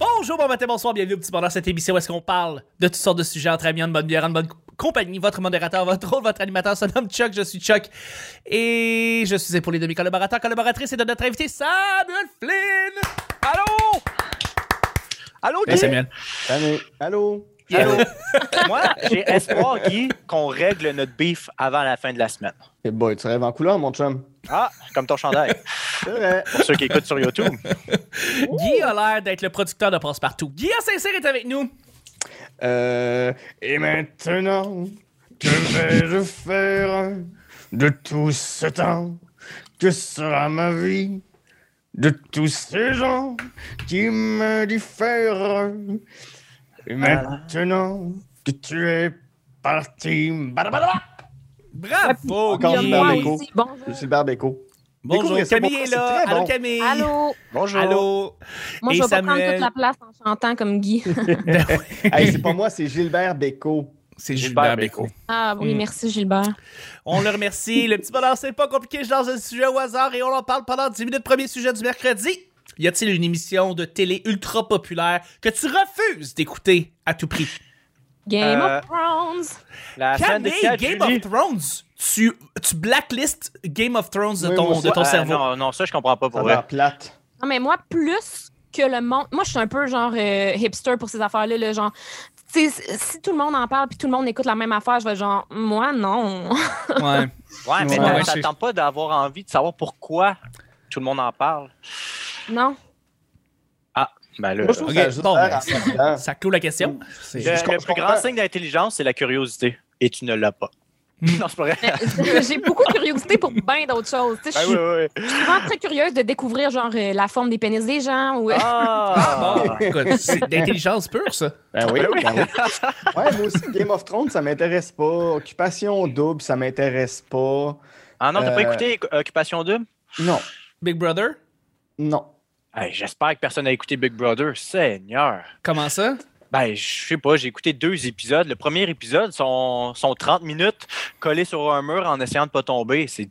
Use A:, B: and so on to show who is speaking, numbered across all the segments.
A: Allô, bon matin, bonsoir, bienvenue au Petit Bonheur, cette émission où est-ce qu'on parle de toutes sortes de sujets entre amis, en bonne bière, en bonne co- compagnie. Votre modérateur, votre rôle, votre animateur se nomme Chuck, je suis Chuck. Et je suis épaulé de mes collaborateurs, collaboratrices et de notre invité Samuel Flynn. Allô?
B: Allô,
A: Hey,
B: Guy?
A: Samuel.
C: Allô? Allô?
B: Allô? Moi, j'ai espoir, Guy, qu'on règle notre beef avant la fin de la semaine.
C: Eh boy, tu rêves en couleur, mon chum.
B: Ah, comme ton chandail.
C: C'est vrai.
B: Pour ceux qui écoutent sur YouTube.
A: Guy a l'air d'être le producteur de Passe-Partout. Guy à Saint-Cyr est avec nous.
C: Euh, et maintenant, que vais-je faire de tout ce temps? Que sera ma vie? De tous ces gens qui me diffèrent. Et maintenant que tu es parti. badabadaba.
A: Bravo,
C: Encore
A: Guy.
C: une barbe écho. Je
D: Bonjour.
C: suis le barbeco.
A: Bonjour,
C: Découvrez ça,
A: Camille
C: mon
A: est
C: frère,
A: là.
C: c'est très
A: Allô,
C: bon.
A: Camille.
D: Allô.
B: Bonjour.
A: Allô.
D: Moi,
A: Et
D: je vais pas
A: Samuel.
D: prendre toute la place en chantant comme Guy.
C: Hey, c'est pas moi, c'est Gilbert Bécaud.
A: C'est
B: Gilbert
A: Gilbert
B: Bécaud.
A: Bécaud.
D: Ah oui,
C: Hmm.
A: Mm.
D: merci Gilbert.
A: On le remercie. Le petit bonheur, c'est pas compliqué. Je lance un sujet au hasard et on en parle pendant 10 minutes. Premier sujet du mercredi. Y a-t-il une émission de télé ultra populaire que tu refuses d'écouter à tout prix?
D: Game
B: Euh,
D: of Thrones.
B: La semaine
A: Camille,
B: des quatre
A: Game
B: Julie.
A: of Thrones, tu, tu blacklistes Game of Thrones de
C: Oui,
A: ton,
C: moi,
A: de ton
B: Euh,
A: cerveau.
B: Non, non, ça, je comprends pas
C: Ça
B: pour
C: a
B: vrai.
C: l'air plate.
D: Non, mais moi, plus que le monde. Moi, je suis un peu genre euh, hipster pour ces affaires-là. là, genre, tu sais, si tout le monde en parle puis tout le monde écoute la même affaire, je vais genre, moi, non.
C: Ah,
A: Ouais.
B: Ouais, mais
C: Ouais,
B: t'as-
A: ouais,
B: ça
A: c'est-
B: tente pas d'avoir envie de savoir pourquoi tout le monde en parle.
D: non.
B: Ben là,
C: Moi, je trouve
A: Ok,
C: ça a juste
A: bon,
C: l'air emmerdant.
A: Ça clôt la question. C'est-
B: le,
C: je- je
B: le plus
C: comprends.
B: grand signe d'intelligence, c'est la curiosité. Et tu ne l'as pas.
A: Hmm.
B: Non, c'est pas vrai.
D: Mais J'ai beaucoup de curiosité pour bien d'autres choses. Tu sais,
C: Ah
B: Ben
D: je
B: oui,
D: suis
B: oui, oui.
D: souvent très curieuse de découvrir, genre, euh, la forme des pénis des gens ou. euh,
B: Ah,
A: Ah, écoute, c'est d'intelligence pure, ça.
C: Ben oui, ben oui. Ouais, moi aussi, Game of Thrones, ça m'intéresse pas. Occupation double, ça m'intéresse pas.
B: Ah non, t'as pas
C: Euh,
B: écouté Occupation Double?
C: Non,
A: Big Brother,
C: non.
B: Hey, J'espère que personne n'a écouté Big Brother. Seigneur.
A: comment ça?
B: Ben, je sais pas, j'ai écouté deux épisodes. Le premier épisode, sont, sont 30 minutes collés sur un mur en essayant de pas tomber. C'est.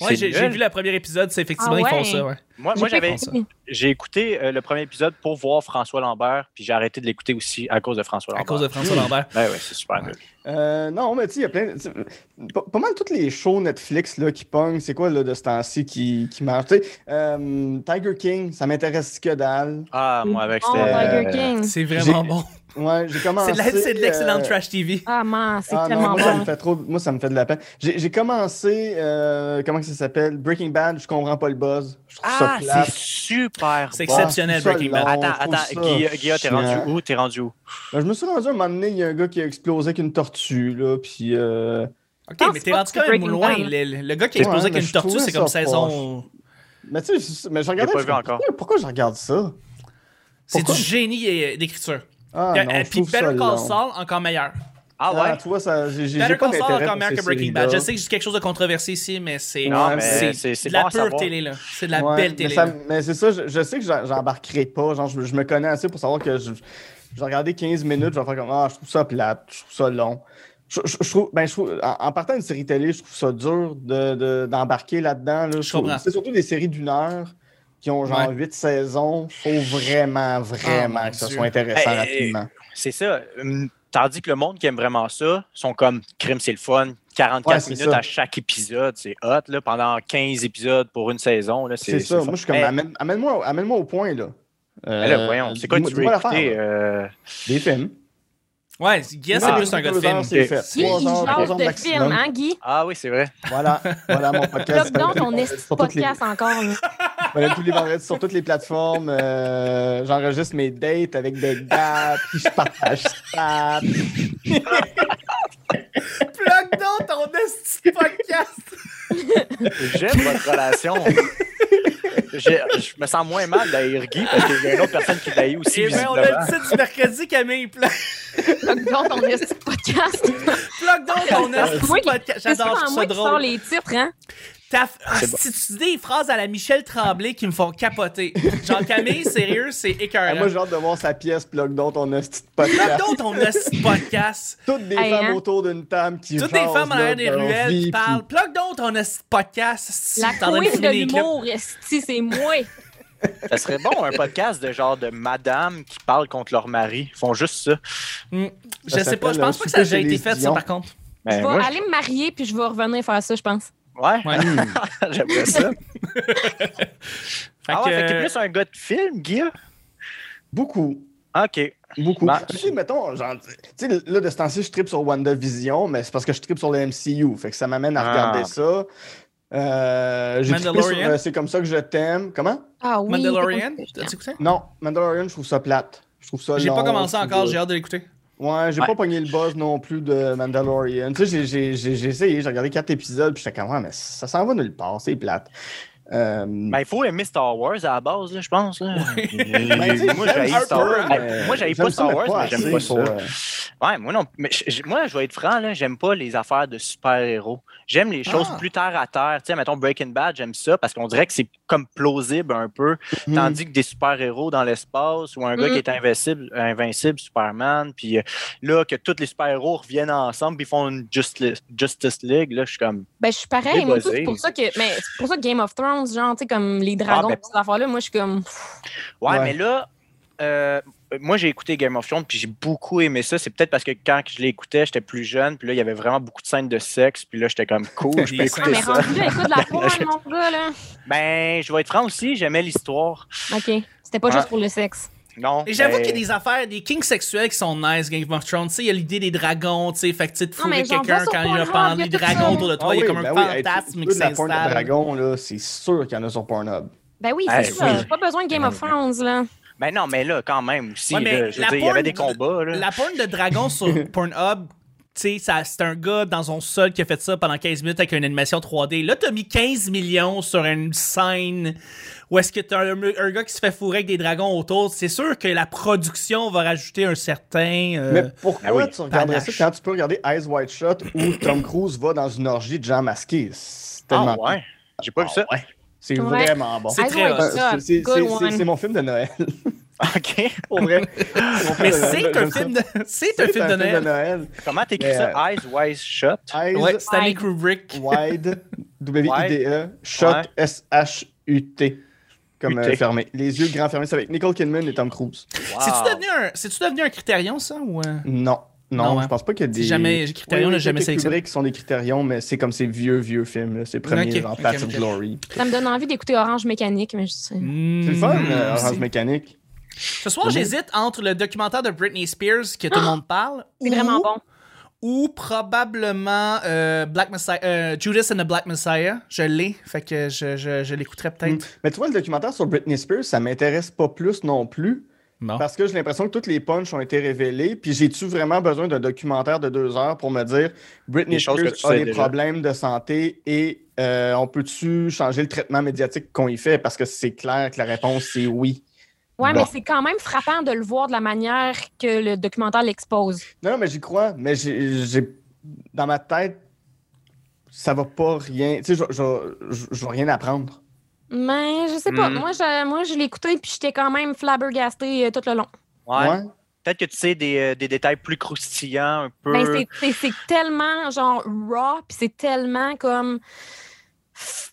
A: Ouais,
B: c'est
A: j'ai
B: nul.
A: j'ai vu le premier épisode, c'est effectivement,
D: Ah
A: ils font
D: ouais.
A: ça, ouais.
B: Moi,
D: J'ai
B: moi
D: pas
B: j'avais.
A: ça.
D: écouté.
B: J'ai écouté euh, le premier épisode pour voir François Lambert, puis j'ai arrêté de l'écouter aussi à cause de François
A: À
B: Lambert.
A: cause de François Lambert.
B: Ben ouais, c'est super nul.
C: Euh, non, mais tu sais, il y a plein. de- tu- Pas, pas mal toutes les shows Netflix là, qui pognent. C'est quoi là, de ce temps-ci qui, qui marche? Tu sais, euh, Tiger King, ça m'intéresse que dalle.
B: Ah, moi avec euh,
D: Oh,
B: c'était-
C: euh,
D: Tiger King.
A: C'est vraiment
C: J'ai-
A: bon.
C: Ouais, j'ai commencé.
A: C'est de la- c'est de l'excellent
C: euh,
A: trash TV.
D: Ah, man, c'est
C: Ah non,
D: tellement
C: moi, ça
D: bon.
C: me fait trop, moi, ça me fait de la peine. J'ai j'ai commencé, euh, comment que ça s'appelle? Breaking Bad, je comprends pas le buzz. Je trouve ça
B: Ah,
C: plate.
B: c'est super.
A: C'est
B: bon.
C: Ah,
A: exceptionnel,
C: je trouve ça
A: Breaking Bad.
C: long,
B: Attends,
C: je trouve
B: attends,
C: ça
B: Guilla, Guilla, t'es rendu
C: chiant.
B: où? T'es rendu où?
C: Ben, je me suis rendu à un moment donné, il y a un gars qui a explosé avec une tortue, là, puis... euh,
A: Ok,
D: Non,
A: mais
D: c'est
A: t'es
D: pas
A: rendu
D: que
A: quand même
D: Breaking
A: loin.
D: Bad.
A: Le, le- le gars qui a
C: Ouais,
A: explosé
C: mais
A: avec une
C: je
A: tortue,
C: trouvais
A: c'est comme
C: ça
A: saison.
C: Mais tu sais, je- mais je regardais...
B: pas
C: je
B: vu
C: me-
B: encore.
C: Pourquoi, pourquoi je regarde ça?
A: C'est du
C: Pourquoi?
A: génie euh, d'écriture.
C: Ah
A: Et
C: non, je
A: Euh, puis
C: trouve ça
A: Better
C: long.
A: Call Saul, encore meilleur.
B: Ah ouais?
C: Ah, tu vois, ça, j'ai j'ai- j'ai
A: Better
C: pas
A: Call Saul,
C: d'intérêt
A: encore
C: pour
A: meilleur que
C: ces
A: Breaking Bad. Je
C: séries-là.
A: sais que j'ai quelque chose de controversé ici, mais c'est.
B: non,
C: ouais,
B: mais
C: c'est-
B: c'est c'est
A: de la
B: bon à
A: pure
B: savoir.
A: télé, là. C'est de la
C: Ouais,
A: belle
C: mais
A: télé.
C: ça-
A: là.
C: mais c'est ça, je, je sais que j'en- j'embarquerai pas. Genre, je, je me connais assez pour savoir que je, je vais regarder 15 minutes, je vais faire comme Ah, je trouve ça plate, je trouve ça long. Je, je- je trouve, ben, je trouve- en, en partant d'une série télé, je trouve ça dur de- de- d'embarquer là-dedans. là.
A: Je
C: trouve-
A: comprends.
C: C'est surtout des séries d'une heure qui ont genre
A: Ouais.
C: 8 saisons. Faut vraiment, vraiment
A: Ah, mon
C: que ça
A: Dieu.
C: soit intéressant
B: Hey,
C: rapidement.
B: C'est ça. Hum, Tandis que le monde qui aime vraiment ça sont comme crime, c'est le fun. 44
C: Ouais, c'est
B: minutes
C: ça.
B: à chaque épisode, c'est hot. Là, pendant 15 épisodes pour une saison, là, c'est
C: C'est ça.
B: le fun.
C: Moi, je suis comme
B: Mais-
C: amène- amène-moi au- amène-moi au point là.
B: mais là,
C: Euh,
B: voyons, c'est quoi que tu veux
C: dis-moi l'affaire,
B: écouter?
C: là.
B: euh,
C: Des films.
A: Ouais, Guess, c'est
B: Ah,
A: plus un gars de
C: Deux
A: film.
C: heures, c'est
B: Ok.
C: fait.
D: Guy,
C: Trois
D: il
C: heures, trois
D: jase
C: heures
D: de
C: maximum.
D: film, hein, Guy?
B: Ah oui, c'est vrai.
C: Voilà, voilà mon podcast.
D: Plug donc ton
C: Sur
D: esti de
C: toutes les-
D: podcast encore. là.
C: Voilà, tous les vendredis sur toutes les plateformes. euh, J'enregistre mes dates avec des gars, puis je partage ça.
A: Plug donc ton esti de podcast.
B: J'aime votre relation. J'ai- Je me sens moins mal d'ailleurs Guy parce qu'il y a une autre personne qui l'aïe aussi.
A: Eh ben, on a le titre du mercredi, Camille. Plug
D: Plug donc ton esti de podcast.
A: plug donc ton esti
D: Oui,
A: de podcast.
D: C'est
A: J'adore, je
D: souvent
A: trouve ça
D: moi qui sors
A: drôle.
D: les titres, hein?
A: Ta f- Ah, si tu dis des phrases à la Michel Tremblay qui me font capoter. Genre, Camille, sérieux, c'est
C: Ah,
A: écœurant.
C: Moi, j'ai hâte de voir sa pièce Plug Don't, ton esti de podcast.
A: Plug donc ton esti de podcast.
C: Toutes des
D: Hey,
C: femmes
D: hein.
C: autour d'une table qui
A: Toutes les
C: jasent,
A: femmes en
C: là,
A: arrière des
C: de leur
A: ruelles
C: vie,
A: qui parlent. Plug donc ton esti de podcast. si
D: La
A: t'es en train
D: queen
A: filer
D: de
A: des clips.
D: l'humour, esti, c'est moi.
B: Ça serait bon un podcast de genre de madame qui parle contre leur mari. Ils font juste ça.
A: Je sais pas, je
C: s'appelle,
A: pense
C: euh,
A: pas que
C: souper
A: ça a déjà
C: chez
A: été
C: les
A: fait, ça,
C: Dion.
A: par contre.
D: je
B: Ben,
D: vais
B: moi,
D: aller me marier, puis je vais revenir faire ça, je pense.
B: je- Ouais,
A: Ouais.
B: j'aimerais ça.
A: Fait
B: Ah ouais, fait
A: que- euh,
B: que t'es plus un gars de film, Guy?
C: Beaucoup.
B: OK.
C: Beaucoup.
B: Ben,
C: tu sais, mettons, genre, tu sais, là, de ce temps-ci, je tripe sur WandaVision, mais c'est parce que je tripe sur le MCU. Fait que ça m'amène à
B: Ah.
C: regarder ça. Euh, j'ai trippé sur
A: Mandalorian?
C: euh, C'est comme ça que je t'aime. Comment?
D: Ah oui.
A: Mandalorian, t'as-tu écouté?
C: Non, Mandalorian, je trouve ça plate. Je trouve ça
A: J'ai pas
C: long,
A: commencé
C: je trouve
A: encore,
C: ça-
A: j'ai hâte de l'écouter.
C: Ouais, j'ai
B: Ouais.
C: pas pogné le buzz non plus de Mandalorian. Tu sais, j'ai- j'ai- j'ai j'ai essayé, j'ai regardé quatre épisodes, puis j'étais comme, ouais, mais ça s'en va nulle part, c'est plate. Euh,
B: Ben, il faut aimer Star Wars à la base, là, je pense. là.
C: ben, tu sais,
B: moi,
C: j'aime
B: j'haïs
C: un
B: Star
C: peu,
B: Wars.
C: mais
B: Moi, j'haïs
C: j'aime
B: pas
C: ça,
B: Star Wars, mais j'aime
C: assez
B: pas ça.
C: pour, euh,
B: Ouais, moi non. Mais j- j- moi, je vais être franc, là, j'aime pas les affaires de super-héros. J'aime les choses
A: Ah.
B: plus terre à terre. Tu sais, mettons Breaking Bad, j'aime ça parce qu'on dirait que c'est comme plausible un peu.
C: hmm.
B: Tandis que des super-héros dans l'espace ou un gars
D: Mm.
B: qui est invincible, invincible Superman, puis euh, là, que tous les super-héros reviennent ensemble puis font une Justice- Justice League, là, je suis comme.
D: Ben, je suis pareil. Moi,
B: Débossé.
D: c'est pour ça que, mais c'est pour ça que Game of Thrones, genre, tu sais, comme les
B: Ah,
D: dragons,
B: ben-
D: toutes ces affaires-là, moi, je suis comme.
B: Ouais,
C: Ouais.
B: mais là, euh, moi, j'ai écouté Game of Thrones, puis j'ai beaucoup aimé ça. C'est peut-être parce que quand je l'écoutais, j'étais plus jeune, puis là, il y avait vraiment beaucoup de scènes de sexe, puis là, j'étais comme cool, je peux
A: Des
D: Ah,
B: écouter
D: mais
B: ça.
D: rendu là, écoute la poêle,
B: je-
D: mon gars, là.
B: Ben, je vais être franc aussi, j'aimais l'histoire.
D: OK. C'était pas
C: Ah.
B: Ouais.
D: juste pour le sexe.
B: Non.
A: Et j'avoue
B: ben,
A: qu'il y a des affaires, des kinks sexuels qui sont nice, Game of Thrones. Tu sais, il y a l'idée des dragons, tu sais, fait que tu sais, de
D: Non,
A: fourrer
D: mais j'en
A: quelqu'un
D: vois sur
A: quand il y a un
D: Pornhub,
A: pendu
D: il y a tout
A: dragon
D: ça.
A: autour de toi. Il y a comme un
C: ben hey, tu-
A: fantasme
C: tu
A: qui
C: veux de la pointe de
A: s'installe.
C: dragon, là, c'est sûr qu'il y en a sur Pornhub.
D: Ben oui,
B: Eh,
D: c'est ça.
B: oui.
D: Pas besoin de Game of Thrones, là.
B: Ben non, mais là, quand même aussi,
A: Ouais, mais
B: là, je veux
A: la
B: dire, il y avait
A: porn-
B: des combats. Là.
A: La porn de dragon sur Pornhub, tu sais, ça- c'est un gars dans son sol qui a fait ça pendant 15 minutes avec une animation 3D. Là, t'as mis 15 millions sur une scène où est-ce que t'as un, un gars qui se fait fourrer avec des dragons autour. C'est sûr que la production va rajouter un certain. euh,
C: Mais pourquoi
B: ah oui,
C: tu regarderais ça
A: panache.
C: quand tu peux regarder Eyes Wide Shut où Tom Cruise va dans une orgie de gens masqués? C'est
B: Ah
C: tellement-
B: ouais, j'ai pas vu
A: Ah,
B: ça.
C: C'est
D: Ouais.
C: vraiment bon.
A: C'est
D: Ah,
A: très
D: ouais,
A: hot.
C: Euh,
D: ça,
C: c'est- c'est-
D: good
C: c'est-
D: one.
C: c'est- C'est mon film de Noël.
B: OK.
C: Pour vrai.
A: Mais c'est un film de, c'est un film de Noël.
B: Comment t'écris
C: Mais,
B: ça? Eyes Wise Shut?
C: Eyes
A: Ouais, Stanley
D: Wide.
A: Kubrick.
C: wide, W-I-D-E, E. shot,
B: Ouais.
C: S-H-U-T, comme
B: U-T.
C: euh, fermé. Les yeux grands fermés, c'est avec Nicole Kidman et Tom Cruise.
B: Wow.
A: C'est-tu devenu, un- c'est-tu devenu un critérium, ça? Ou... euh?
C: Non, non,
A: Non, hein.
C: je pense pas qu'il y a des...
A: Si jamais, Critérion
C: Oui,
A: n'a
C: oui,
A: jamais
C: quelques
A: sélectionné.
C: Kubrick qui sont des critériums, mais c'est comme ces vieux, vieux films. là. C'est premiers,
A: Ok,
C: genre
A: ok,
C: Patch
A: ok.
C: of Glory.
D: Ça me donne envie d'écouter Orange Mécanique, mais je sais.
C: C'est le fun,
A: Hmm.
C: euh, Orange Mécanique.
A: Ce soir, j'hésite entre le documentaire de Britney Spears que tout le monde parle.
D: C'est
A: ou-
C: Mhm.
D: vraiment bon.
A: Ou probablement euh, Black Messiah, euh, Judas and the Black Messiah. Je l'ai, fait que je, je, je l'écouterai peut-être.
D: Mm.
C: Mais tu vois, le documentaire sur Britney Spears, ça m'intéresse pas plus non plus.
A: Non.
C: Parce que j'ai l'impression que toutes les punches ont été révélées, puis j'ai-tu vraiment besoin d'un documentaire de deux heures pour me dire Britney
B: Des choses
C: Spears
B: que tu
C: a
B: sais
C: des
B: déjà.
C: problèmes de santé et euh, on peut-tu changer le traitement médiatique qu'on y fait parce que c'est clair que la réponse c'est oui.
D: Ouais,
C: Bon.
D: mais c'est quand même frappant de le voir de la manière que le documentaire l'expose.
C: Non, non, mais j'y crois, mais j'ai j'ai- dans ma tête ça va pas rien, tu sais, je- je je- je vais rien apprendre.
D: Mais je sais pas.
B: Mm.
D: Moi, je, moi, je l'ai écouté puis j'étais quand même flabbergastée euh, tout le long.
B: Ouais.
C: Ouais.
B: Peut-être que tu sais des, euh, des détails plus croustillants, un peu.
D: Ben, c'est- c'est- c'est tellement genre raw puis c'est tellement comme.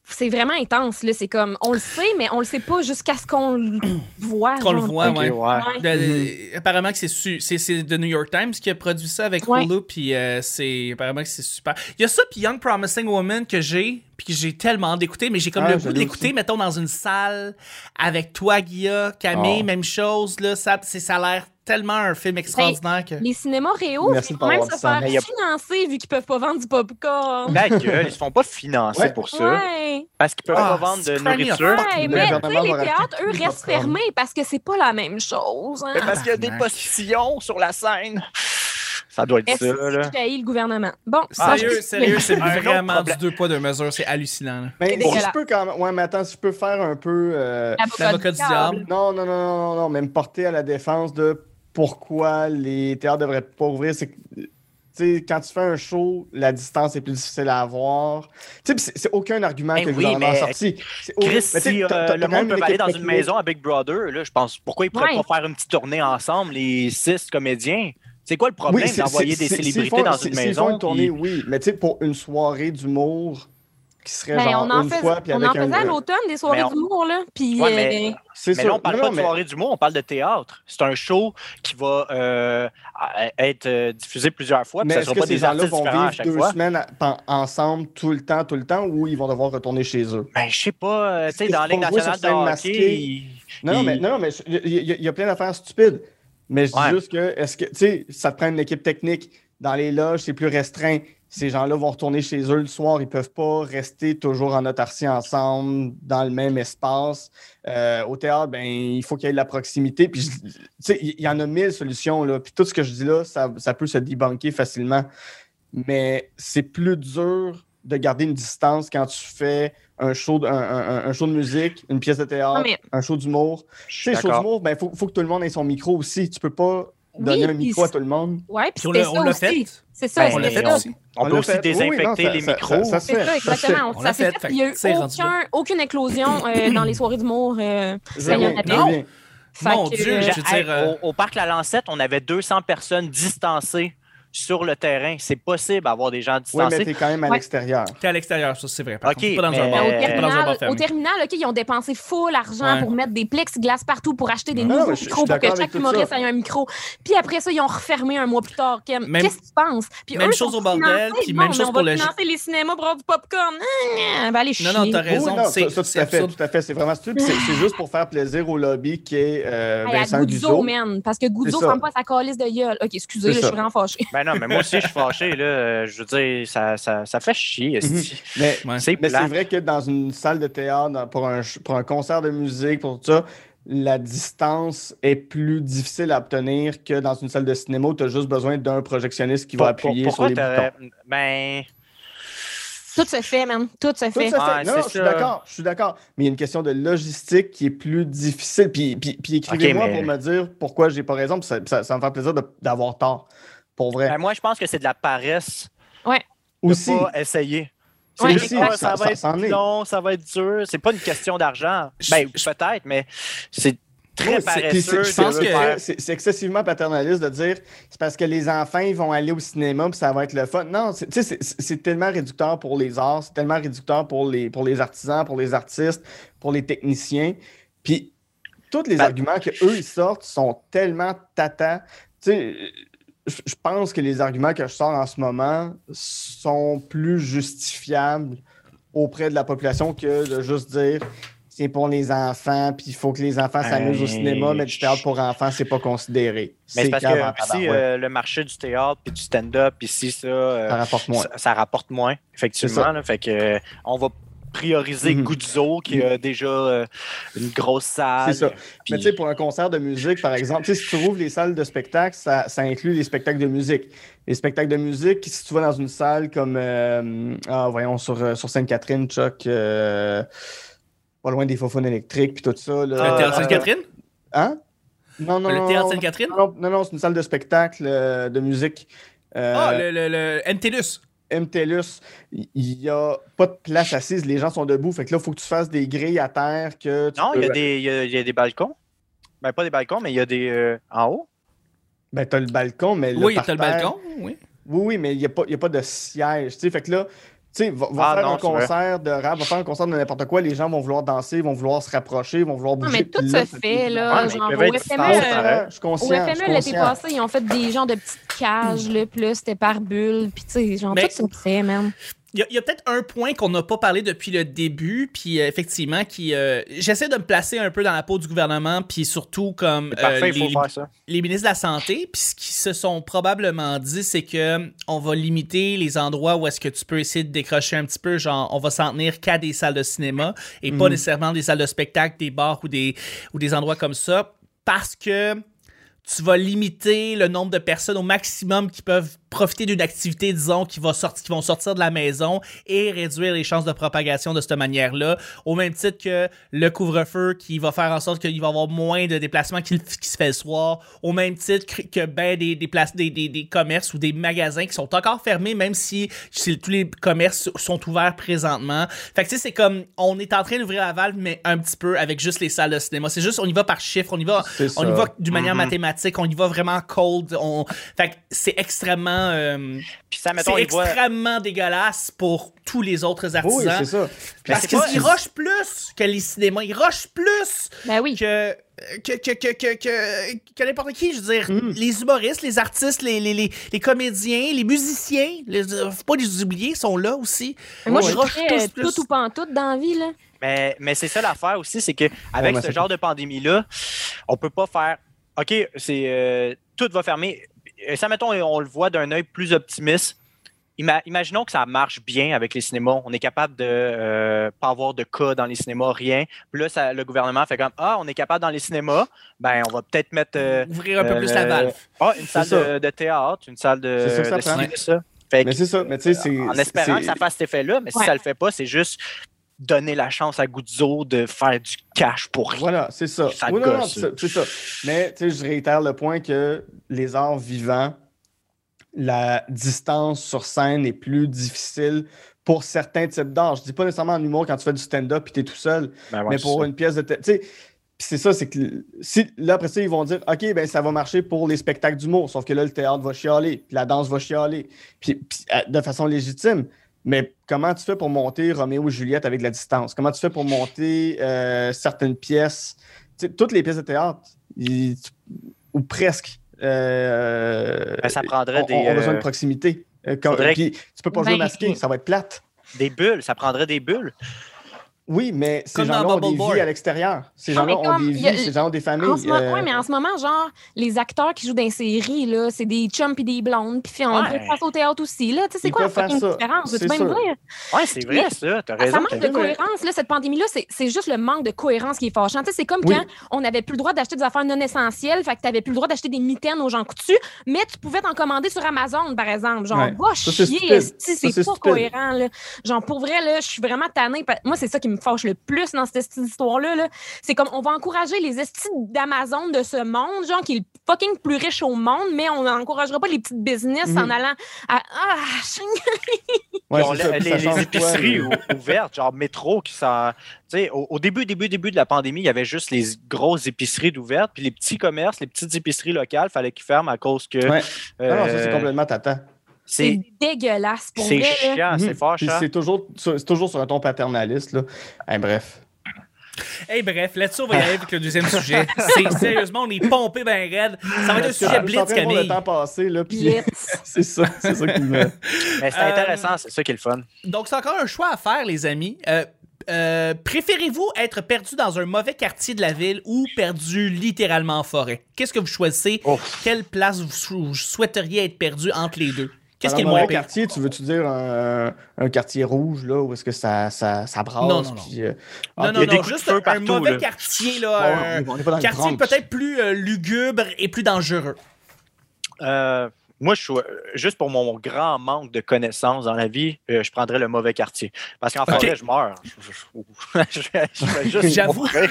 D: C'est vraiment intense. là. C'est comme. On le sait, mais on le sait pas jusqu'à ce qu'on le voit.
A: Qu'on le
D: genre.
A: voit,
B: Ok,
A: Ah, ouais.
B: ouais.
D: Ouais.
A: De-
C: Mm-hmm.
A: de- apparemment que c'est su- c'est c'est The New York Times qui a produit ça avec
D: Ouais.
A: Hulu puis euh, c'est apparemment que c'est super. Il y a ça puis Young Promising Woman que j'ai puis que j'ai tellement hâte d'écouter mais j'ai comme
C: Ah,
A: le
C: je
A: goût de
C: l'ai
A: l'écouter
C: aussi.
A: mettons dans une salle avec toi Guilla, Camille,
C: Oh.
A: même chose là ça c'est ça a l'air tellement un
D: Ben,
A: film extraordinaire que
D: Les cinémas réaux,
C: Merci
D: ils
C: de
D: vont
C: pas
D: même
C: avoir
D: se
C: dit ça,
D: faire
B: mais y a-
D: financer vu qu'ils peuvent pas vendre du popcorn.
B: La gueule, ils se font pas financer
C: Ouais.
B: pour Ben, ça.
D: Ouais.
B: Parce qu'ils peuvent
A: Ah,
B: pas vendre de
A: c'est cramé,
B: nourriture.
A: fuck.
D: Ouais,
C: Le
D: mais tu
C: gouvernement
D: sais, les
C: va racheter
D: théâtres, eux,
C: plus de
D: restent
C: popcorn.
D: fermés parce que c'est pas la même chose. hein.
B: Mais parce qu'il y a des
A: Tabarnak.
B: postillons sur la scène. Ça doit être
D: Est-ce
B: ça, là.
D: que tu haïs le gouvernement? Bon, ça,
A: Sérieux,
D: je-
A: sérieux, c'est
B: Un autre
A: vraiment du
B: problème.
A: deux poids deux mesures, c'est hallucinant. là.
C: Mais si
D: dégueulasse.
C: je peux quand même- ouais, mais attends, si je peux faire un peu euh,
A: L'avocat du diable.
C: Non, non, non, non, non, non, mais me porter à la défense de pourquoi les théâtres devraient pas ouvrir, c'est que, tu sais, quand tu fais un show, la distance est plus difficile à avoir. Tu sais, puis c'est- c'est aucun argument
B: Ben
C: que le
B: oui,
C: gouvernement
B: mais-
C: a sorti. C'est horrible.
B: Chris,
C: Mais tu sais,
B: si euh,
C: t'as- t'as-
B: le
C: t'as quand
B: monde
C: même
B: peut aller dans
C: équipe
B: une
C: technique.
B: maison à Big Brother, là, je pense, pourquoi ils pourraient
D: Ouais.
B: pas faire une petite tournée ensemble, les six comédiens? C'est quoi le
C: Oui,
B: problème
C: c'est-
B: d'envoyer
C: c'est-
B: des
C: c'est- s'ils
B: célébrités
C: font-
B: dans
C: s'ils-
B: une
C: s'ils font
B: maison?
C: une tournée,
B: puis-
C: oui, mais tu sais, pour une soirée d'humour, qui serait
D: Ben,
C: genre
D: on en
C: une
D: fais-
C: fois, puis
D: on
C: avec
D: en faisait à
C: un.
D: l'automne des soirées
B: Mais on-
D: d'humour, là. Puis,
B: Ouais, mais-
D: euh,
C: C'est
B: Mais
C: sûr.
B: là, on parle
C: Non,
B: pas
C: non,
B: de
C: mais-
B: soirée d'humour, on parle de théâtre. C'est un show qui va euh, à- être euh, diffusé plusieurs fois, puis
C: Mais
B: ça
C: est-ce
B: sera
C: que
B: pas
C: ces
B: des
C: gens-là
B: artistes
C: vont
B: différents à
C: vivre
B: chaque
C: deux
B: fois.
C: semaines à- pen- ensemble tout le temps, tout le temps, ou ils vont devoir retourner chez eux?
B: Ben, je sais pas, euh, tu sais,
C: Est-ce
B: dans la
C: qu'ils
B: Ligue
C: vont jouer sur
B: nationale de
C: scène
B: hockey,
C: masquée?
B: ils-
C: Non, non,
B: ils-
C: mais, non, non, mais je- il y, il y a plein d'affaires stupides. Mais je dis
B: Ouais.
C: juste que, est-ce que, tu sais, ça te prend une équipe technique. Dans les loges, c'est plus restreint. Ces gens-là vont retourner chez eux le soir. Ils peuvent pas rester toujours en autarcie ensemble, dans le même espace. Euh, au théâtre, ben, il faut qu'il y ait de la proximité. Puis, je- tu sais, il y en a mille solutions. Là. Puis tout ce que je dis là, ça, ça peut se débunker facilement. Mais c'est plus dur de garder une distance quand tu fais un show de, un, un- un show de musique, une pièce de théâtre,
D: Non, mais-
C: un show d'humour.
B: je suis
C: Tu sais, show
B: d'accord.
C: d'humour, ben, faut, faut que tout le monde ait son micro aussi. Tu peux pas
D: Oui,
C: donner un
D: puis
C: micro à
D: c'est-
C: tout le monde.
D: ouais, puis
A: Puis on
D: c'était
A: l'a- on
D: ça
A: l'a
D: aussi.
A: fait.
D: C'est ça,
A: on
B: Ben,
A: l'a
D: c'était
A: fait
D: ça.
A: aussi.
B: On
C: l'a
B: peut aussi
C: fait. Oui, oui, non,
B: désinfecter
C: ça-
B: les
C: ça-
B: micros.
C: Ça, ça se
D: C'est
C: fait.
D: ça,
C: ça se fait.
D: exactement.
A: On
D: ça
A: l'a
D: s'est
A: fait,
D: fait.
A: fait
D: Il n'y a
A: que c'est
D: eu
A: rendu là.
D: aucun, aucune éclosion euh, dans les soirées d'humour. euh,
C: Je
D: Ça y en
C: viens,
D: a
C: je
D: plein.
C: viens.
A: Mon
D: fait que,
A: Dieu,
D: euh,
A: je veux
B: Hey,
A: dire, euh,
B: au, au parc La Lancette, on avait 200 personnes distancées sur le terrain. C'est possible d'avoir des gens
C: Oui, mais
B: distancés.
C: t'es quand même à
D: Ouais.
C: l'extérieur.
A: T'es à l'extérieur, ça c'est vrai. par
B: Ok,
A: contre. Pas dans un
B: mais-
A: bar.
D: Ben,
B: Euh,
D: au
A: Pas dans un bar
D: terminal, au
A: fermé.
D: terminal, OK, ils ont dépensé full argent
A: Ouais.
D: pour mettre des plexiglas partout pour acheter des
C: Non,
D: nouveaux
C: mais je- je suis
D: micros pour que
C: d'accord avec
D: chaque
C: tout
D: humoriste
C: ça.
D: ait un micro. Puis après ça, ils ont refermé un mois plus tard. Ken,
A: Même-
D: Qu'est-ce que tu penses? Puis
A: même
D: eux
A: chose
D: sont
A: au bordel,
D: financés.
A: puis
D: Bon,
A: même
D: mais
A: chose
D: on
A: pour
D: va
A: le-
D: financer les cinémas pour avoir du popcorn. Hum, Ben, allez chier.
A: Non, non, t'as raison.
C: Oui, non,
A: c'est-
C: ça, ça, tout
A: c'est
C: à fait,
A: absurde.
C: tout à fait. C'est vraiment stupide. C'est c'est juste pour faire plaisir au lobby qui est euh,
D: Hey, à
C: Vincent
D: Guzzo,
C: Guzzo.
D: man, parce que Guzzo
C: ça.
D: ferme pas sa calice de gueule. OK,
C: C'est
D: excusez, là, je
C: ça.
D: suis vraiment fâchée.
B: Ben non, mais moi aussi, je suis fâché. Là. Euh, Je veux dire, ça, ça, ça fait chier. esti.
C: Mhm. Mais,
A: Ouais.
B: C'est
C: mais c'est
B: plate.
C: vrai que dans une salle de théâtre, dans- pour un, ch- pour un concert de musique, pour tout ça, la distance est plus difficile à obtenir que dans une salle de cinéma où tu as juste besoin d'un projectionniste qui va
B: Pour- pour-
C: appuyer sur
B: pourquoi
C: les boutons.
B: t'aurais- Ben,
D: Tout se fait, man. Tout se
C: Tout
D: fait.
C: ça
B: Ouais,
C: fait. Non,
B: c'est
C: je suis
B: ça.
C: d'accord, je suis d'accord. Mais il y a une question de logistique qui est plus difficile. Puis, puis, puis écrivez-moi
B: Ok, mais-
C: pour me dire pourquoi j'ai pas raison. puis ça, ça, ça me fait plaisir de- d'avoir tort. Pour vrai.
B: ben, moi, je pense que c'est de la paresse de
C: Aussi,
B: pas essayer. C'est
D: Ouais,
B: juste,
D: aussi,
B: ah,
C: ça-
B: ça,
C: ça-
B: va
C: ça en
B: être
C: est.
B: long, ça va être dur. C'est pas une question d'argent. Ben,
A: Je-
B: peut-être, mais c'est très
A: Oui, c'est-
C: Puis c'est-
B: paresseux.
C: je
B: de
C: pense
A: le
C: que
B: faire.
C: c'est c'est excessivement paternaliste de dire c'est parce que les enfants ils vont aller au cinéma puis ça va être le fun. Non, c'est- tu sais, c'est- c'est c'est tellement réducteur pour les arts, c'est tellement réducteur pour les, pour les artisans, pour les artistes, pour les techniciens. Puis tous les
B: Ben-
C: arguments que eux ils sortent sont tellement tata. Tu sais, je je pense que les arguments que je sors en ce moment sont plus justifiables auprès de la population que de juste dire c'est pour les enfants, puis il faut que les enfants s'amusent
B: Euh,
C: au cinéma, mais du
B: je-
C: théâtre pour enfants, c'est pas considéré.
B: Mais c'est parce
C: grave en
B: que aussi,
C: tabarouette.
B: euh, le marché du théâtre puis du stand-up, ici, ça, euh,
C: ça rapporte moins.
B: ça, ça rapporte moins,
C: C'est
B: effectivement.
C: ça.
B: là. fait que, euh, on va prioriser
C: Mhm.
B: Guzzo, qui a déjà euh, une grosse salle.
C: C'est ça.
B: puis-
C: Mais tu sais, pour un concert de musique, par exemple, tu sais, si tu rouvres les salles de spectacle, ça, ça inclut les spectacles de musique. Les spectacles de musique, si tu vas dans une salle comme, euh, ah, voyons, sur, euh, sur Sainte-Catherine, Chuck, euh, pas loin des faufounes électriques, puis tout ça. Là,
A: Ah, Le
B: Euh,
A: théâtre
B: euh,
A: Sainte-Catherine?
C: Hein? Non, non,
A: Le
C: non, Euh,
A: théâtre
C: non,
A: Sainte-Catherine?
C: non, non, non, c'est une salle de spectacle euh, de musique. Euh,
A: Ah, le, le, le MTLUS.
C: MTLUS, il n'y a pas de place assise, les gens sont debout. Fait que là, il faut que tu fasses des grilles à terre. Que tu
B: Non, il y, a
C: peux-
B: des- il y a, il y a des balcons. Ben, pas des balcons, mais il y a des. euh, en haut.
C: Ben, t'as le balcon, mais
A: Oui, t'as
C: parterre-
A: le balcon. Oui.
C: Oui, oui, mais il n'y a, pas- il y a pas de siège. tu sais. Fait que là, tu sais, va, va
B: Ah,
C: faire
B: non,
C: un
B: c'est vrai.
C: concert de rap, va faire un concert de n'importe quoi. Les gens vont vouloir danser, vont vouloir se rapprocher, vont vouloir
D: Non,
C: bouger.
D: mais tout
C: puis
D: se
C: là,
D: fait,
B: Ouais,
D: là.
B: mais ils
D: Genre,
B: peuvent
D: au
B: être
D: FME,
B: distancés,
D: euh,
B: pareil.
C: Je suis conscient.
D: Au
C: je
D: FME,
C: suis
D: l'été
C: conscient.
D: passé, ils ont fait des genres de petites cages, là, puis là, c'était par bulle, puis tu sais, genre,
A: Mais-
D: tout se fait, man.
A: Il y a, il y a peut-être un point qu'on n'a pas parlé depuis le début, puis euh, effectivement, qui euh, j'essaie de me placer un peu dans la peau du gouvernement, puis surtout comme
B: C'est
A: euh,
B: parfait, il
A: les,
B: faut faire ça.
A: les ministres de la santé, puis ce qu'ils se sont probablement dit, c'est que hum, on va limiter les endroits où est-ce que tu peux essayer de décrocher un petit peu, genre on va s'en tenir qu'à des salles de cinéma et pas
C: Mhm.
A: nécessairement des salles de spectacle, des bars ou des, ou des endroits comme ça, parce que tu vas limiter le nombre de personnes au maximum qui peuvent profiter d'une activité, disons, qui, va sortir, qui vont sortir de la maison et réduire les chances de propagation de cette manière-là. Au même titre que le couvre-feu qui va faire en sorte qu'il va y avoir moins de déplacements qui, qui se fait le soir. Au même titre que- que ben, des, des, places- des, des, des commerces ou des magasins qui sont encore fermés, même si, si tous les commerces sont ouverts présentement. Fait que tu sais, c'est comme on est en train d'ouvrir la valve, mais un petit peu avec juste les salles de cinéma. C'est juste, on y va par chiffre, on y va
C: C'est
A: on y
C: ça. Mm-hmm.
A: va d'une manière
B: Mhm.
A: mathématique, on y va vraiment cold. On... Fait que c'est extrêmement vraiment. euh,
B: Puis
C: Ah,
B: ça, mettons,
A: c'est
B: il voit.
A: extrêmement dégueulasse pour tous les autres
C: Oui,
A: artisans.
C: c'est ça.
A: parce
B: c'est pas-
A: qu'ils rushent plus que les cinémas. Ils rushent plus
D: Ben oui.
A: que, que, que, que, que, que, que n'importe qui. Je veux dire,
C: Mm.
A: les humoristes, les artistes, les, les, les, les comédiens, les musiciens, les, faut pas les oublier, sont là aussi.
D: Mais Moi,
A: Ils
D: je suis
A: rushent
D: très euh,
A: tous plus.
D: tout ou pas en tout dans la vie, là.
B: Mais, mais c'est ça l'affaire aussi, c'est que
C: Ouais,
B: avec
C: mais
B: ce
C: c'est-
B: genre de pandémie-là, on peut pas faire OK, c'est euh, tout va fermer. Et ça, mettons, on le voit d'un œil plus optimiste. Ima- imaginons que ça marche bien avec les cinémas. On est capable de euh, pas avoir de cas dans les cinémas, rien. Puis là, ça- le gouvernement fait comme Ah, on est capable dans les cinémas, ben on va peut-être mettre euh,
A: Ouvrir un peu
B: euh,
A: plus la valve.
B: ah, une salle
C: ça.
B: de, de théâtre, une salle de,
C: C'est ça que ça
B: de
C: prend.
B: cinéma, ça. Fait que-
C: Mais c'est ça, mais tu sais, c'est.
B: en espérant
C: c'est-
B: que ça fasse cet effet-là, mais si
D: Ouais.
B: ça le fait pas, c'est juste donner la chance à Guzzo de faire du cash pour rien.
C: Voilà, c'est ça.
B: Ça
C: Oui, non, non,
B: gosse.
C: c'est c'est ça. Mais tu sais, je réitère le point que les arts vivants, la distance sur scène est plus difficile pour certains types d'art. Je dis pas nécessairement en humour quand tu fais du stand-up et tu es tout seul,
B: Ben ouais,
C: mais
B: c'est
C: pour
B: ça.
C: une pièce de théâtre. Tu sais, puis c'est ça, c'est que le- si, là, après ça, ils vont dire OK, ben ça va marcher pour les spectacles d'humour, sauf que là, le théâtre va chialer, puis la danse va chialer, puis, puis, euh, de façon légitime. Mais comment tu fais pour monter Roméo et Juliette avec de la distance? Comment tu fais pour monter euh, certaines pièces? Tu sais, toutes les pièces de théâtre, ils- ou presque, euh,
B: Ben, ça prendrait
C: ont,
B: des,
C: ont besoin de
B: euh,
C: proximité. Euh, quand-
B: faudrait
C: puis tu peux pas jouer
D: Ben,
C: masqué, ça va être plate.
B: des bulles, ça prendrait des bulles.
C: Oui, mais ces
A: Comme dans
C: gens-là ont des
A: Bubble Boy.
C: vies à l'extérieur. Ces
D: Ah,
C: gens-là
D: mais
C: ont
D: comme,
C: des
D: il y a-
C: vies, ces gens ont des familles.
D: En ce moment,
C: euh,
D: ouais, mais en ce moment, genre, les acteurs qui jouent dans les séries, là, c'est des chums pis des blondes, puis on
B: Ouais.
D: peut passer au théâtre aussi, là. Tu sais, c'est
C: Ils
D: quoi la
C: peuvent faire
D: fucking
C: ça,
D: différence?
C: c'est
D: Veux-tu bien me
C: sûr.
D: dire?
B: Ouais, c'est vrai, ça. T'as
D: Ah, Ça
B: raison.
D: manque
B: t'as-
D: de cohérence, là, cette pandémie-là, c'est- c'est juste le manque de cohérence qui est fâchant. Tu sais, c'est comme
C: Oui.
D: quand on n'avait plus le droit d'acheter des affaires non essentielles, fait que tu n'avais plus le droit d'acheter des mitaines aux gens coutus, mais tu pouvais t'en commander sur Amazon, par exemple. Genre,
C: Ouais.
D: va
C: Ça, c'est
D: chier,
C: stupide.
D: esti,
C: Ça,
D: c'est
C: c'est
D: pas
C: stupide.
D: cohérent. là. Genre, pour vrai, là, je suis vraiment tannée. pa- Moi, c'est ça qui me fâche le plus dans cette, esti histoire-là. là. C'est comme, on va encourager les estis d'Amazon de ce monde, genre, qui est le fucking plus riche au monde, mais on n'encouragera pas les petites business en
C: Mhm.
D: allant à... Ah, ching.
C: ouais,
B: Ils ont
C: c'est
B: la-
C: ça, puis
B: les,
C: ça
B: les
C: change
B: épiceries
C: quoi,
B: ou- ouvertes, genre métro, qui s'en- tu sais, Au, au début, début, début de la pandémie, il y avait juste les grosses épiceries d'ouvertes, puis les petits commerces, les petites épiceries locales, fallait qu'ils ferment à cause que. euh,
C: Ouais. mais- Non, non, ça, c'est complètement tata.
D: c'est
B: c'est
D: dégueulasse pour
B: c'est
D: vrai, hein. là.
A: ah,
B: chiant, c'est
C: Mhm.
B: fort,
C: Puis C'est toujours, sur- c'est toujours sur un ton paternaliste. Là. Hein, bref.
A: Hey, bref, là-dessus, on va y aller avec le deuxième sujet. C'est sérieusement, on est pompé ben raide. Ça va être un
C: Parce que
A: sujet
C: je suis en
A: blitz,
C: train de voir
A: Camille.
C: le temps passer, là, puis
D: Blitz.
C: c'est ça, c'est ça qui me...
B: Mais c'est
A: Euh,
B: intéressant, c'est ça qui est le fun.
A: Donc, c'est encore un choix à faire, les amis. Euh, euh, Préférez-vous être perdu dans un mauvais quartier de la ville ou perdu littéralement en forêt? Qu'est-ce que vous choisissez?
B: Oh.
A: Quelle place vous, sou- vous souhaiteriez être perdu entre les deux? Qu'est-ce qui est le
C: Alors,
A: moins
C: mauvais
A: pire?
C: quartier, tu veux-tu dire un, un quartier rouge, là, où est-ce que ça, ça, ça brasse?
A: Non, non, non.
C: puis, euh,
A: Non,
C: ah,
A: non,
B: y a des
A: non,
B: coups de
A: juste
B: feu
A: un, un
B: partout,
A: mauvais
B: là.
A: quartier,
C: bon,
A: là. un
C: on est pas dans le
A: quartier
C: Bronx.
A: peut-être plus euh, lugubre et plus dangereux.
B: Euh, moi, je, suis- juste pour mon grand manque de connaissances dans la vie, euh, je prendrais le mauvais quartier. Parce qu'en forêt, je meurs. Je, je- je- je vais juste
A: J'avoue.
B: mourir.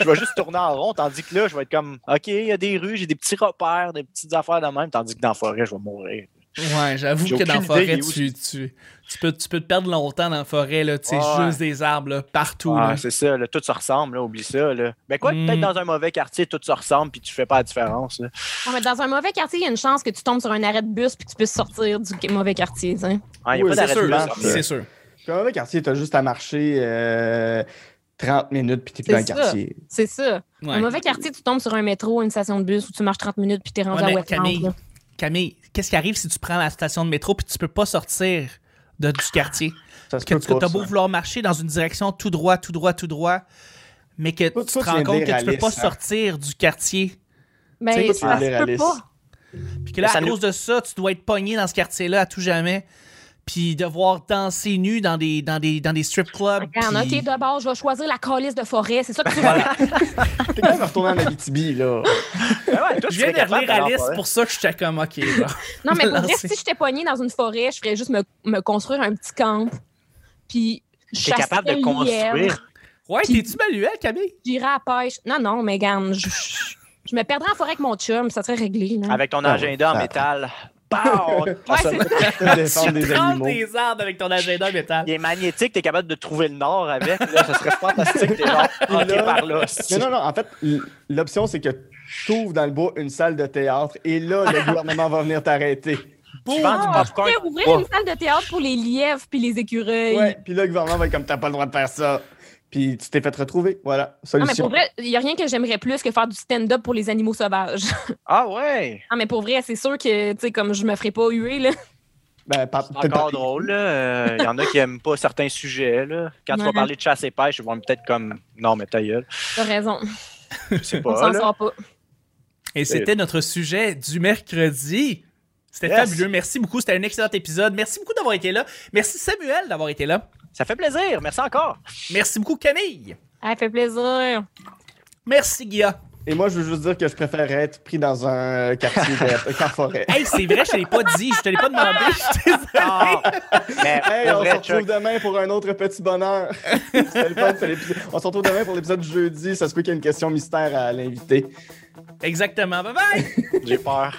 B: Je vais juste tourner en rond, tandis que là, je vais être comme, OK, il y a des rues, j'ai des petits repères, des petites affaires de même, tandis que dans la forêt, je vais mourir.
A: Ouais, j'avoue
B: J'ai
A: que dans la
B: aucune idée,
A: forêt,
B: il est où
A: tu, tu, tu peux, tu peux te perdre longtemps dans la forêt, là. Tu sais,
B: Ouais.
A: juste des arbres, là, partout.
B: Ah,
A: là.
B: c'est ça, là, tout se ressemble, là, oublie ça. Là. Mais quoi, que
A: Mm.
B: peut-être dans un mauvais quartier, tout se ressemble, puis tu fais pas la différence. là.
D: Ouais, mais dans un mauvais quartier, il y a une chance que tu tombes sur un arrêt de bus puis que tu puisses sortir du mauvais quartier. tu sais.
B: Hein, y a pas
C: Oui,
A: C'est
B: d'arrêt de
A: sûr,
B: bus,
A: là,
B: hein.
C: bus,
A: c'est sûr.
C: Puis un mauvais Ah, quartier, t'as juste à marcher euh, 30 minutes, puis t'es plus dans le
D: C'est ça.
C: quartier.
D: C'est ça.
A: Ouais.
D: Un mauvais quartier, tu tombes sur un métro, une station de bus où tu marches 30 minutes puis t'es rendu
A: Ouais, mais
D: à Westland.
A: Camille,
D: là.
A: Camille, qu'est-ce qui arrive si tu prends la station de métro puis tu peux pas sortir de, du quartier?
C: Ça se
A: Que
C: peut
A: tu
C: pas,
A: as beau
C: ça.
A: vouloir marcher dans une direction tout droit, tout droit, tout droit, mais que
C: Toi,
A: tu
C: toi,
A: te
C: tu
A: rends
C: viens de
A: compte
C: dire
A: que tu peux pas
C: Alice, hein.
A: sortir du quartier.
D: Ben,
C: Tu sais,
D: ça
C: tu veux
D: se peut
C: dire
D: pas.
C: Alice.
A: Puis que là,
B: Mais ça
A: à
B: nous-
A: cause de ça, tu dois être pogné dans ce quartier-là à tout jamais. Puis devoir danser nu dans des, dans des, dans des strip clubs.
D: Regarde,
A: Ah, puis-
D: ok, de bord, je vais choisir la calice de forêt. C'est ça que tu veux.
C: T'es quand même retourné en Abitibi, là.
B: Ah ouais, toi, tu
A: Je viens
B: serais
A: de
B: capable
A: relire
B: d'aller en
A: Alice
B: forêt.
A: pour ça que j'étais comme, ok. là.
D: non, mais pour vrai,
A: Lancer.
D: si j'étais poignée dans une forêt, je ferais juste me, me construire un petit camp. Puis, je
B: T'es capable de construire.
A: Ouais,
D: Puis-
A: t'es-tu manuel, Camille?
D: J'irai à la pêche. Non, non, mais garde, je, je- je me perdrais en forêt avec mon chum, ça serait réglé. là.
B: Avec ton
C: Ah ouais, Ah,
B: agenda en
C: ça
B: métal. Pow!
D: Ouais, Ah, c'est
C: De défendre
A: Tu
C: des
A: prends
C: animaux.
A: des arbres avec ton agenda métal.
B: Il est magnétique, t'es capable de trouver le nord avec. Là, ça serait fantastique, t'es genre, ok,
C: Là-
B: par là. c'est-
C: Mais non, non, en fait, l- l'option, c'est que t'ouvres dans le bois une salle de théâtre et là, le gouvernement va venir t'arrêter.
B: Tu vends du
D: Ah,
B: popcorn.
D: Tu sais, ouvrir
B: Oh.
D: une salle de théâtre pour les lièvres puis les écureuils.
C: Ouais, puis là, le gouvernement va être comme t'as pas le droit de faire ça. Puis tu t'es fait retrouver. Voilà,
D: Non, Ah, mais
C: solution.
D: pour vrai, il n'y a rien que j'aimerais plus que faire du stand-up pour les animaux sauvages.
B: Ah ouais!
D: Ah, mais pour vrai, c'est sûr que, tu sais, comme je me ferais pas huer, là.
C: Ben, par-
B: C'est
C: peut-être
B: encore
C: pas-
B: drôle, là. Il y en a qui aiment pas certains sujets, là. Quand tu vas
D: Ouais.
B: parler de chasse et pêche, ils vont peut-être comme. Non, mais ta gueule.
D: T'as raison.
B: Je sais
D: On
B: pas.
D: s'en
B: là.
D: sort pas.
A: Et c'était notre sujet du mercredi. C'était
B: Yes.
A: fabuleux. Merci beaucoup. C'était un excellent épisode. Merci beaucoup d'avoir été là. Merci Samuel d'avoir été là.
B: Ça fait plaisir. Merci encore.
A: Merci beaucoup Camille.
D: Ah, fait plaisir.
A: Merci Guilla.
C: Et moi, je veux juste dire que je préfère être pris dans un quartier de qu'en forêt.
A: Hey, c'est vrai, je te l'ai pas dit. Je te l'ai pas demandé. Je suis désolé.
B: Ah. mais
C: Hey,
B: pour
C: on
B: vrai,
C: se retrouve
B: Chuck,
C: demain pour un autre petit bonheur. C'était le fun, c'était l'épisode- on se retrouve demain pour l'épisode du jeudi. Ça se peut qu'il y ait une question mystère à l'invité.
A: Exactement. Bye bye.
B: j'ai peur.